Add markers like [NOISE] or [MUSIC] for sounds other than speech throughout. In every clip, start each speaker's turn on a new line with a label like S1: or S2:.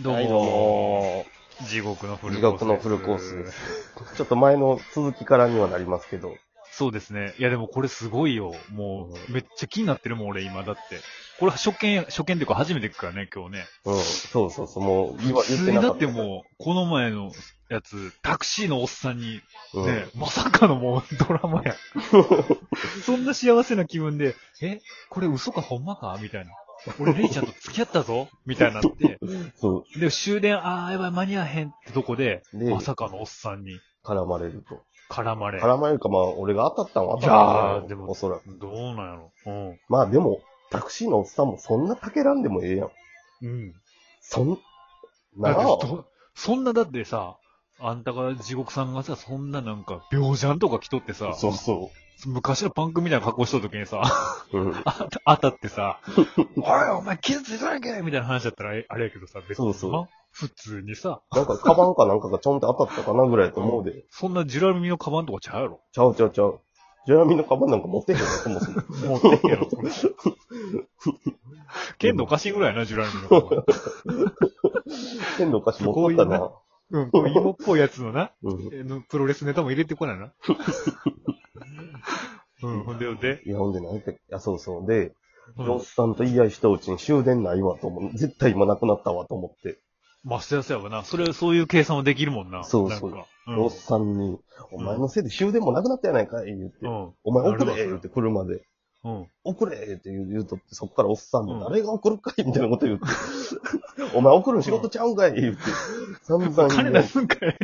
S1: どう
S2: はいど
S1: も
S2: うも。
S1: 地獄のフル
S2: 地
S1: コース。
S2: 獄のフルコースです。ちょっと前の続きからにはなりますけど、
S1: そうですね。いや、でもこれすごいよ。もう、めっちゃ気になってるもん、俺今。だって。これ初見、初見っていうか初めて行くからね、今日ね。
S2: うん、そうそうそう、もう言わ
S1: 普
S2: 言っ
S1: 通
S2: て
S1: に
S2: な
S1: だ
S2: か
S1: っ
S2: った
S1: て。もう、この前のやつ、タクシーのおっさんに、
S2: うん
S1: ね、まさかのもうドラマ [LAUGHS] や。そんな幸せな気分で、え、これ嘘かほんまかみたいな。俺、レイちゃんと付き合ったぞみたいにな [LAUGHS] って。
S2: そ
S1: で、終電、あー、やばい、間に合わへんってとこで、
S2: う、で
S1: ま、さかのおっさんに
S2: 絡まれると。
S1: 絡まれ。
S2: 絡まれるか、まあ、俺が当たったんは当たったん
S1: いやー
S2: だ
S1: で
S2: よ、
S1: も
S2: おそらく。
S1: どうなんやろうん。
S2: まあでも、タクシーのおっさんもそんなたけらんでもええやん。
S1: うん。
S2: そん、な
S1: だって
S2: あ、
S1: どそんなだってさ、あんたが地獄さんがさ、そんななんか、病じゃんとか着とってさ、
S2: そうそ
S1: 昔のパンクみたいな格好しとる時にさ、 [LAUGHS]
S2: う。うん、
S1: あ当たって
S2: [LAUGHS]
S1: さ、おいお前傷ついとるやんけみたいな話だったらえあれやけどさ、別にさ
S2: そうそう
S1: 普通にさ、
S2: なんか、カバンかなんかがちょんって当たったかなぐらいやと思うで。
S1: そんなジュラルミのカバンとかちゃうやろ。
S2: ちゃうちゃうちゃう。ジュラミのカバンなんか持ってへんよ、そもそも。
S1: 持
S2: [LAUGHS]
S1: ってけ [LAUGHS] ろ、そんな剣のおかしいぐらいやな、ジュラルミのカバ
S2: [LAUGHS]
S1: ン。
S2: 変なお菓子持ってったな。
S1: うん、こう芋っぽいやつのな。
S2: うん。
S1: えーのプロレスネタも入れてこない
S2: [LAUGHS]
S1: な。うん、ほんでほんで。
S2: いや、ほんで何やって、いや、そうそう。で、
S1: う
S2: ロ
S1: ん
S2: ッ、さんと言い合いしたうちに終電ないわと思う。絶対今なくなったわと思って。
S1: まあ、そやそやわな。それ、そういう計算はできるもんな。
S2: そうそう
S1: なんか。
S2: ロッさんに、お前のせいで終電もなくなったやないかい言って。
S1: うん。
S2: お前遅
S1: なるわ
S2: れ言って車で。
S1: うん。うん。
S2: 遅れって言う言うとって、そっからおっさんも、
S1: うん
S2: 誰が送るかいみたいなこと言って。 [LAUGHS] お前送るの仕事ちゃうんかい言って。散々
S1: 金
S2: 言
S1: 出
S2: う。
S1: すんか
S2: [LAUGHS]
S1: い。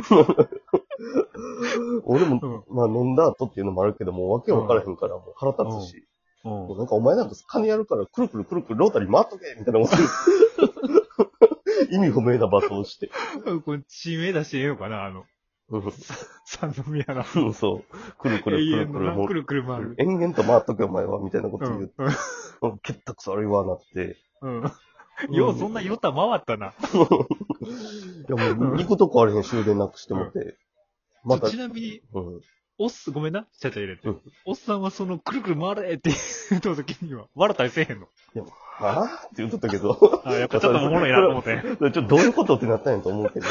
S2: 俺も、
S1: うん。
S2: まあ飲んだ後っていうのもあるけど、もう訳分からへんから、もう腹立つし。
S1: うん
S2: もう。なんかお前なんか金やるから、くるくるくるくるロータリー回っとけみたいなこと言 [LAUGHS] って。意味不明な罵倒 [LAUGHS] して。
S1: うんこれ、地名出してええのかなあの、 [LAUGHS]
S2: うん
S1: 三宮な。
S2: うん、そう。くるくるくるくる。
S1: 永遠
S2: も
S1: のな
S2: う
S1: くるくる回る。
S2: 延々と回っとけお前は、みたいなこと
S1: う。
S2: 言うんうん。けったくそ悪いわ、な [LAUGHS] って。
S1: うん。うんよう、そんなヨタ回ったな。
S2: いや、もう、行くとこあれへん、終電なくしてもって。また、
S1: ちなみに、
S2: うん。
S1: おっす、ごめんな、ちゃちゃ入れて
S2: うん。
S1: おっさんはその、くるくる回れって言った時には、笑ったりせえへんの。
S2: はぁって言っとったけど。 [LAUGHS]
S1: あ、やっぱちょっとおもろいなと思って。
S2: ちょっとどういうことってなったんやと思うけど。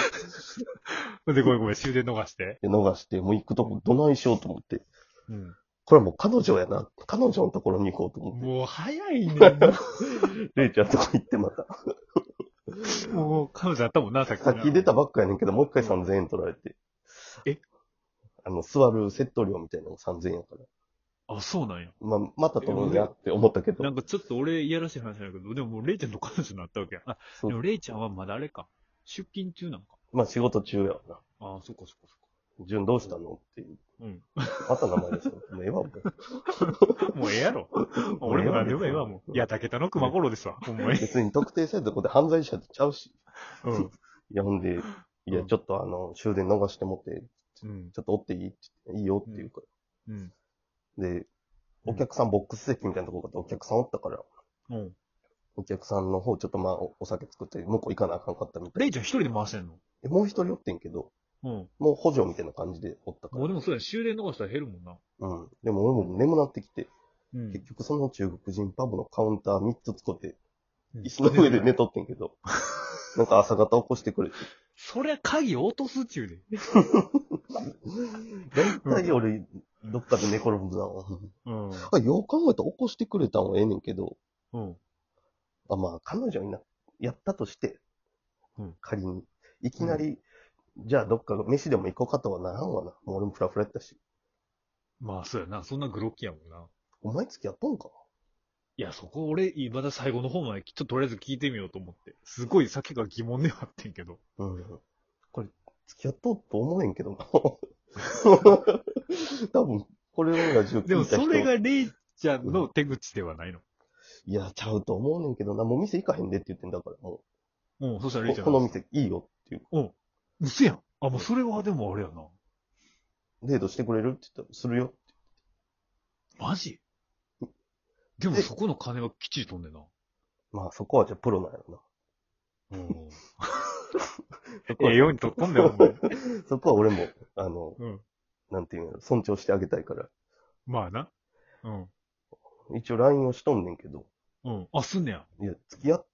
S2: い
S1: で、ごめんごめん、終電逃して。
S2: や逃して、もう行くとこどないしようと思って。
S1: うん。
S2: これはもう彼女やな。彼女のところに行こうと思っ
S1: もう早いねんな。
S2: て。レイちゃんとこ行ってまた。
S1: もう彼女あったもんな、さっき
S2: さ
S1: な。
S2: っき出たばっかやねんけど、もう一回3000円取られて。
S1: え
S2: あの、座るセット料みたいなのが3000円やから。
S1: あ、そうなんや。
S2: まあ、また取ろうやって思ったけど
S1: な。んかちょっと俺、いやらしい話だけど、でももうレイちゃんと彼女になったわけや。あ、
S2: そう
S1: でもレイちゃんはまだあれか。出勤中なんか。
S2: まあ仕事中やわな。
S1: あ、そっかそっかそ
S2: 順どうしたのっていう。
S1: っか。
S2: また名前ですよ。 [LAUGHS] もうええわ、もう
S1: うん。もうええやろ。 [LAUGHS] 俺も何でもええわ、もう。いや、竹田の熊五郎ですわ。ほんまに。
S2: 別に特定されたとこで犯罪者ちゃうし。
S1: うん。
S2: いや、ほんで、いや、ちょっとあの、終電逃してもって、
S1: うん。
S2: ちょっとおっていいって言っていいよって言うか
S1: うん。
S2: ら。で、お客さん、ボックス席みたいなとこがあってお客さんおったから、
S1: うん。
S2: お客さんの方、ちょっとまあ、おお酒作って、向こう行かなあかんかったみたい。
S1: レイちゃん一人で回してんの
S2: でもう一人おってんけど、
S1: うん。
S2: もう補助みたいな感じでおったか
S1: もう
S2: ら。
S1: でもそうや、終電逃したら減るもんな。
S2: うん。でも俺も眠なってきて、
S1: うん
S2: 結局その中国人パブのカウンター3つ使って、
S1: うん
S2: 椅子の上で寝とってん
S1: [LAUGHS]
S2: けど、なんか朝方起こしてくれて。
S1: そりゃ鍵落とすっちゅうで。
S2: 大体俺、どっかで寝転ぶな。
S1: うん。
S2: あよう考えたら起こしてくれたんはええねんけど、
S1: うん。
S2: あまあ彼女にな、やったとして
S1: うん、
S2: 仮に、いきなり、じゃあどっか飯でも行こうかとはならんわな。もう俺もフラフラやったし。
S1: まあ、そうやな。そんなグロッキーやもんな。
S2: お前付き合っとんか
S1: いや、そこ俺、まだ最後の方まで、ちょっととりあえず聞いてみようと思って。すごいさっきから疑問ではあってんけど。
S2: うん。これ、付き合っとうと思えん
S1: [LAUGHS]
S2: けどな。多分、これをラジオ聞いた人
S1: でも、それがレイちゃんの手口ではないの。
S2: いや、ちゃうと思うねんけどな。もう店行かへんでって言ってんだから、も
S1: うん、そした
S2: う。
S1: らレイちゃん
S2: ここの店いいよっていう。
S1: うん。うせやん。あ、もうそれはでもあれやな。
S2: デートしてくれるって言ったら、するよ。
S1: マジでもそこの金はきっちり飛んでんな。
S2: まあ、そこはじゃあプロなんやろ
S1: うん。
S2: な。そこは
S1: ようにとっとんだよ、お前
S2: そこは俺も、あの、
S1: うん。
S2: なんていうんやろ、尊重してあげたいから。
S1: まあな。うん。
S2: 一応 LINE をしとんねんけど、
S1: うん。あ、すんねや。
S2: いや、付き合っ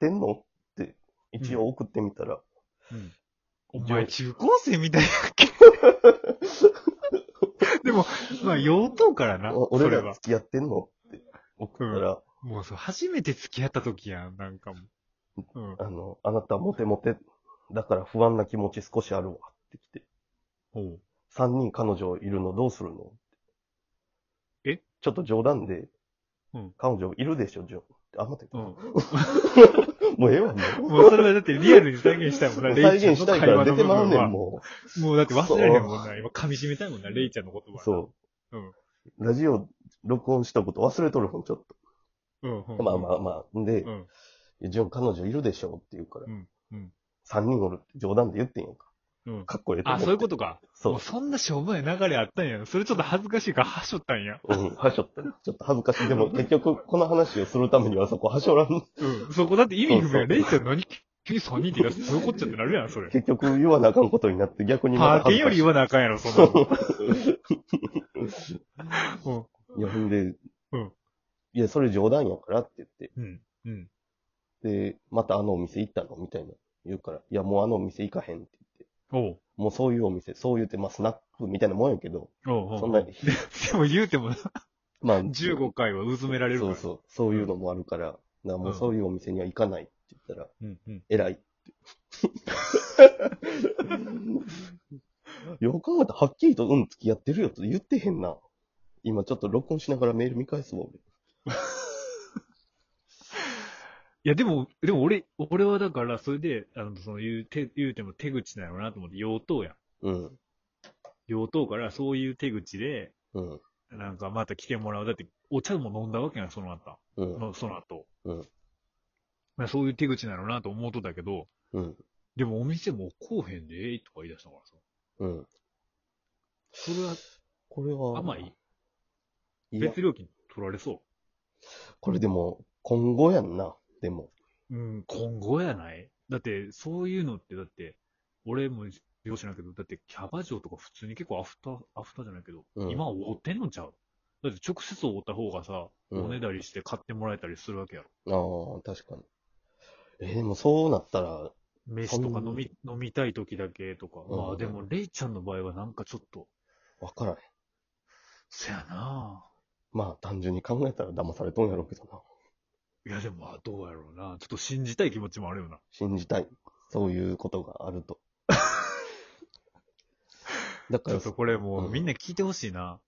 S2: てんのって一応送ってみたら。
S1: うん。お前中高生みたいやっ
S2: [LAUGHS]
S1: けでも、まあ、用途からな。
S2: お
S1: そ
S2: 俺
S1: れ
S2: ら
S1: は
S2: 付。き合ってんのって送ったら、
S1: もうそう、初めて付き合った時やん、なんかもう。うん。
S2: あの、あなたモテモテ、だから不安な気持ち少しあるわってきて。
S1: おう
S2: 三人彼女いるのどうするの
S1: え
S2: ちょっと冗談で、
S1: うん
S2: 彼女いるでしょ、じょあ、待って、
S1: うん。
S2: もうええわ、もう。
S1: もうそれはだってリアルに再現したいもんな、レ
S2: [LAUGHS] 再
S1: イちゃん
S2: 現
S1: の
S2: したいか
S1: 会
S2: ら
S1: 話
S2: 出
S1: の
S2: て
S1: 部
S2: まう
S1: 分
S2: ね
S1: は。
S2: ん、
S1: も
S2: も
S1: うだって忘れへんもんな、今噛み締めたいもんな、レイちゃんの言葉
S2: う。
S1: は。
S2: そうう。ラジオ録音したこと忘れとるもん、ちょっ
S1: う。うん、うん。
S2: と。まあまあまあ。んで
S1: う、ん。
S2: ジョン彼女いるでしょって言うから
S1: うんうん、
S2: 三人おるって冗談で言ってんやんか。
S1: うん。
S2: かっこええと思
S1: あ、
S2: って
S1: そういうことか。
S2: そ
S1: も
S2: う
S1: う。そんなしょうもない流れあったんやな。それちょっと恥ずかしいから、はしょったんや。
S2: うん、はしょった。ちょっと恥ずかしい。でも結局、この話をするためにはそこはしょらん。
S1: うん。そこだって意味不
S2: そうそう
S1: 明。レイちゃん何急に3人って言い出すどういうこっちゃってなるやん、それ。
S2: 結局言わなあかんことになって逆に
S1: パ
S2: ま
S1: ー
S2: た
S1: ティー
S2: 恥ず
S1: より言わ
S2: かしい
S1: なあかんやろ、そんなもん。
S2: いや、ほんで、
S1: うん
S2: いや、それ冗談やからって言って、
S1: [LAUGHS] うん。うん。
S2: で、またあのお店行ったのみたいな言うから、いや、もうあのお店行かへんって言って、
S1: おう。
S2: もうそういうお店、そう言って、まあスナックみたいなもんやけど、
S1: おうおう
S2: そんな、
S1: でも言うてもな、
S2: ま
S1: [LAUGHS]
S2: あ、
S1: 15回はうずめられるか
S2: そ
S1: ら。
S2: うそう、そういうのもあるから、なもうそういうお店には行かないって言ったら、
S1: うんうん。
S2: 偉いって。
S1: [LAUGHS]
S2: よく考えたら、はっきりと、うん、付き合ってるよと言ってへんな。今ちょっと録音しながらメール見返すわ、俺。
S1: いや、でも、でも俺、俺はだから、それで、あの、その、言う、手、言うても手口なのなと思って、妖刀やん。
S2: うん、
S1: 妖刀から、そういう手口で、
S2: うん、
S1: なんか、また来てもらう。だって、お茶も飲んだわけやん、その後。
S2: うん、
S1: の、その後。
S2: うん
S1: まあ、そういう手口なのなと思うとったけど、
S2: うん、
S1: でもお店もこうへんで、ええとか言い出したからさ。
S2: うん。
S1: それは
S2: これは。
S1: 甘い
S2: いや
S1: 別、料金取られそ
S2: これでも、今後やんな。でも、
S1: う。うん、今後やないだって、そういうのって、だって、俺もよしなけど、だってキャバ嬢とか普通に結構アフター、アフターじゃないけど、
S2: うん
S1: 今は追ってんのちゃうだって直接追った方がさ、
S2: うん
S1: おねだりして買ってもらえたりするわけやろ。
S2: ああ、確かに。えーでもそうなったら、
S1: 飯とか飲み、飲みたい時だけとか。
S2: うん
S1: まあでも、レイちゃんの場合はなんかちょっと、
S2: わからへん。
S1: せやな
S2: まあ、単純に考えたら騙されとんやろうけどな。
S1: いやでもまあどうやろうな。ちょっと信じたい気持ちもあるよな。
S2: 信じたい。そういうことがあ
S1: [LAUGHS]
S2: ると。だか
S1: ちょ
S2: ら
S1: っ、とこれも
S2: う
S1: うんみんな聞いてほしいな。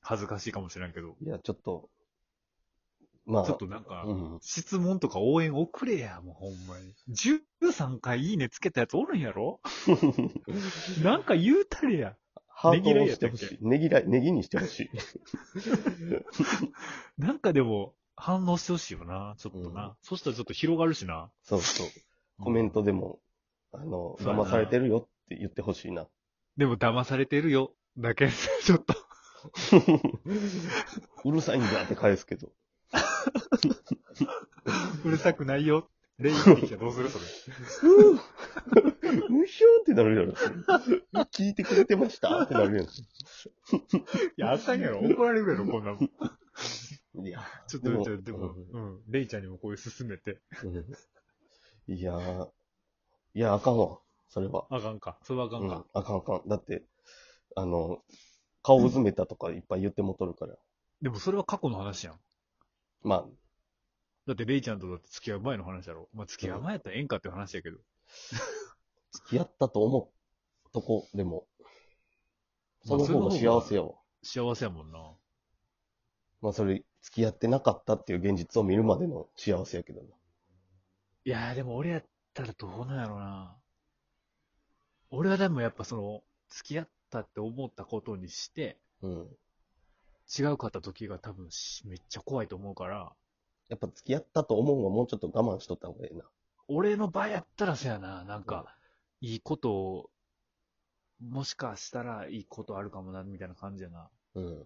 S1: 恥ずかしいかもしれんけど。
S2: いや、ちょっと、まあ、
S1: ちょっとなんか
S2: う、ん。
S1: 質問とか応援送れや、もうほんまに。13回いいねつけたやつおるんや [LAUGHS] ろなんか言うたれや。
S2: ハートをしてほしい。ねぎらい、ねぎにして
S1: [LAUGHS]
S2: ほしい。
S1: なんかでも反応してほしいよな、ちょっとな。
S2: うん
S1: そしたらちょっと広がるしな。
S2: そうそう。コメントでも、あの、
S1: そうやな
S2: 騙されてるよって言ってほしいな。
S1: でも騙されてるよ。だけ、 [LAUGHS] ちょっと。
S2: うるさいんだって返す
S1: [LAUGHS]
S2: けど。
S1: うるさくないよ。レイってきたらどうするそれ。
S2: うひょーってなるやろ。聞いてくれてましたってなるや
S1: [LAUGHS] いや、あかんやろ。怒られるやろ、こんなもん。[LAUGHS]
S2: ん。いや、
S1: ちょっ
S2: で
S1: と、
S2: も
S1: ちょっと、でも、うん。レイちゃんにもこういう勧めて。
S2: うんいやー、いや、あかんわ。それは。
S1: あかんか。それはあか
S2: うんん、
S1: か。
S2: あかんあかん。だって、あの、顔うずめたとかいっぱい言ってもとるから。
S1: でもそれは過去の話やん。
S2: まあ、
S1: だってレイちゃんとだって付き合う前の話やろ。まあ、付き合う前やったらええんかっていう話やけど。
S2: 付き合ったと思うとこでも、その
S1: まあ
S2: 方が幸せ。よ。
S1: 幸せやもんな。
S2: まあ、それ、付き合ってなかったっていう現実を見るまでの幸せやけどな。
S1: いやーでも俺やったらどうなんやろな。俺はでもやっぱその、付き合ったって思ったことにして、
S2: うん。
S1: 違うかった時が多分しめっちゃ怖いと思うから、
S2: やっぱ付き合ったと思うのはもうちょっと我慢しとった方がええな。
S1: 俺の場合やったらそやな、なんか、いいことを、もしかしたらいいことあるかもな、みたいな感じやな。
S2: うん。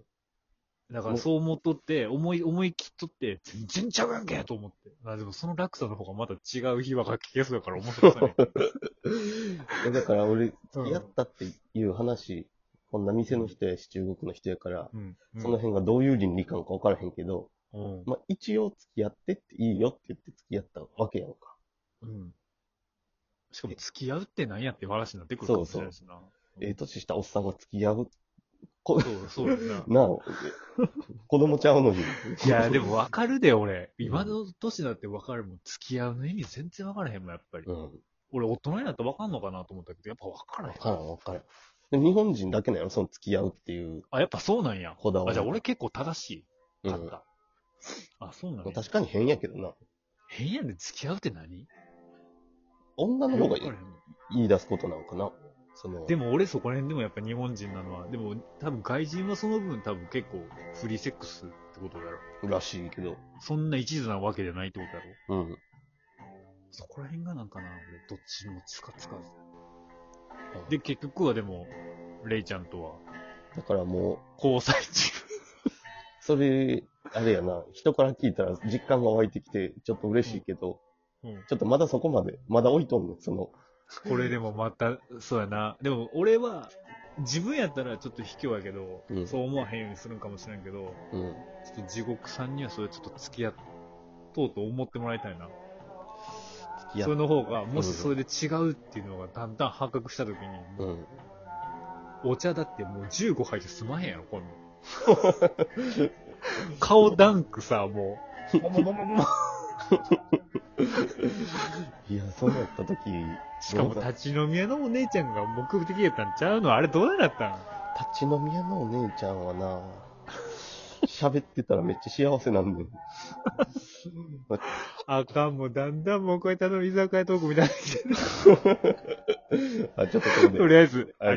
S1: だからそう思っとって、思い、思い切っとって、全然ちゃうやんけと思って。あでもその落差の方がまた違う秘話が聞けそうだから面白さ [LAUGHS] ね。
S2: えだから俺、
S1: うん
S2: 付き合ったっていう話、こんな店の人やし中国の人やから、
S1: うん。うん
S2: その辺がどういう倫理観か分からへんけど、
S1: うん
S2: まあ一応付き合ってっていいよって言って付き合ったわけやんか。
S1: うん。しかも付き合うって何やっていう話になってくるかもしれないしな。
S2: ええ年したおっさんが付き合う。こ
S1: そう、そうや [LAUGHS] な。
S2: なあ、子供ちゃうのに。
S1: いや、でもわかるで、俺。今の年だってわかるもん。付き合うの意味全然わからへんもん、やっぱり
S2: [LAUGHS] う。ん。
S1: 俺、大人になったらわかんのかなと思ったけど、やっぱわからへん。
S2: はい、わかる。で日本人だけなのその付き合うっていう
S1: あ、やっぱそうなんや。
S2: こだわり。
S1: あ、じゃあ俺結構正しい。
S2: う
S1: かっ
S2: ん、
S1: た。あ、そうなんや。
S2: 確かに変やけどな。
S1: 変やね付き合うって何
S2: 女の方が
S1: わからへんもん
S2: 言い出すことなのかな。その、
S1: でも俺そこら辺でもやっぱ日本人なのは、でも多分外人はその分多分結構フリーセックスってことだろ。
S2: らしいけど。
S1: そんな一途なわけじゃないってことだろ。
S2: うん。
S1: そこら辺がなんかな、俺どっちもつかつかず。で、結局はでも、レイちゃんとは
S2: だからもう、
S1: 交際中。
S2: それ、あれやな、人から聞いたら実感が湧いてきて、ちょっと嬉しいけど、
S1: うん
S2: ちょっとまだそこまで、まだ置いとんねん、その、
S1: これでもまた、そうやな。でも俺は、自分やったらちょっと卑怯やけど、
S2: うん
S1: そう思わへんようにするんかもしれんけど、
S2: うん。
S1: ちょっと地獄さんにはそれちょっと付き合とうと思ってもらいたいな。
S2: いや
S1: それの方が、も
S2: う
S1: し
S2: ん
S1: それで違うっていうのがだんだん発覚した時に、
S2: うん。
S1: お茶だってもう15杯じゃ済まへんやろ、こんなん。
S2: [LAUGHS]
S1: 顔ダンクさ、もう。ももももも
S2: いや、そうなった時、
S1: しかも
S2: どうだ
S1: 立ち飲み屋のお姉ちゃんが目的やったんちゃうのあれどうなったん
S2: 立ち飲み屋のお姉ちゃんはな、喋ってたらめっちゃ幸せなんだよ。
S1: あかん、もうだんだんもうこういったの居酒屋トークみたいになってきてる
S2: あ、ちょっとこれ
S1: と
S2: で。
S1: りあえず、
S2: あ
S1: ありがとう。
S2: りがとう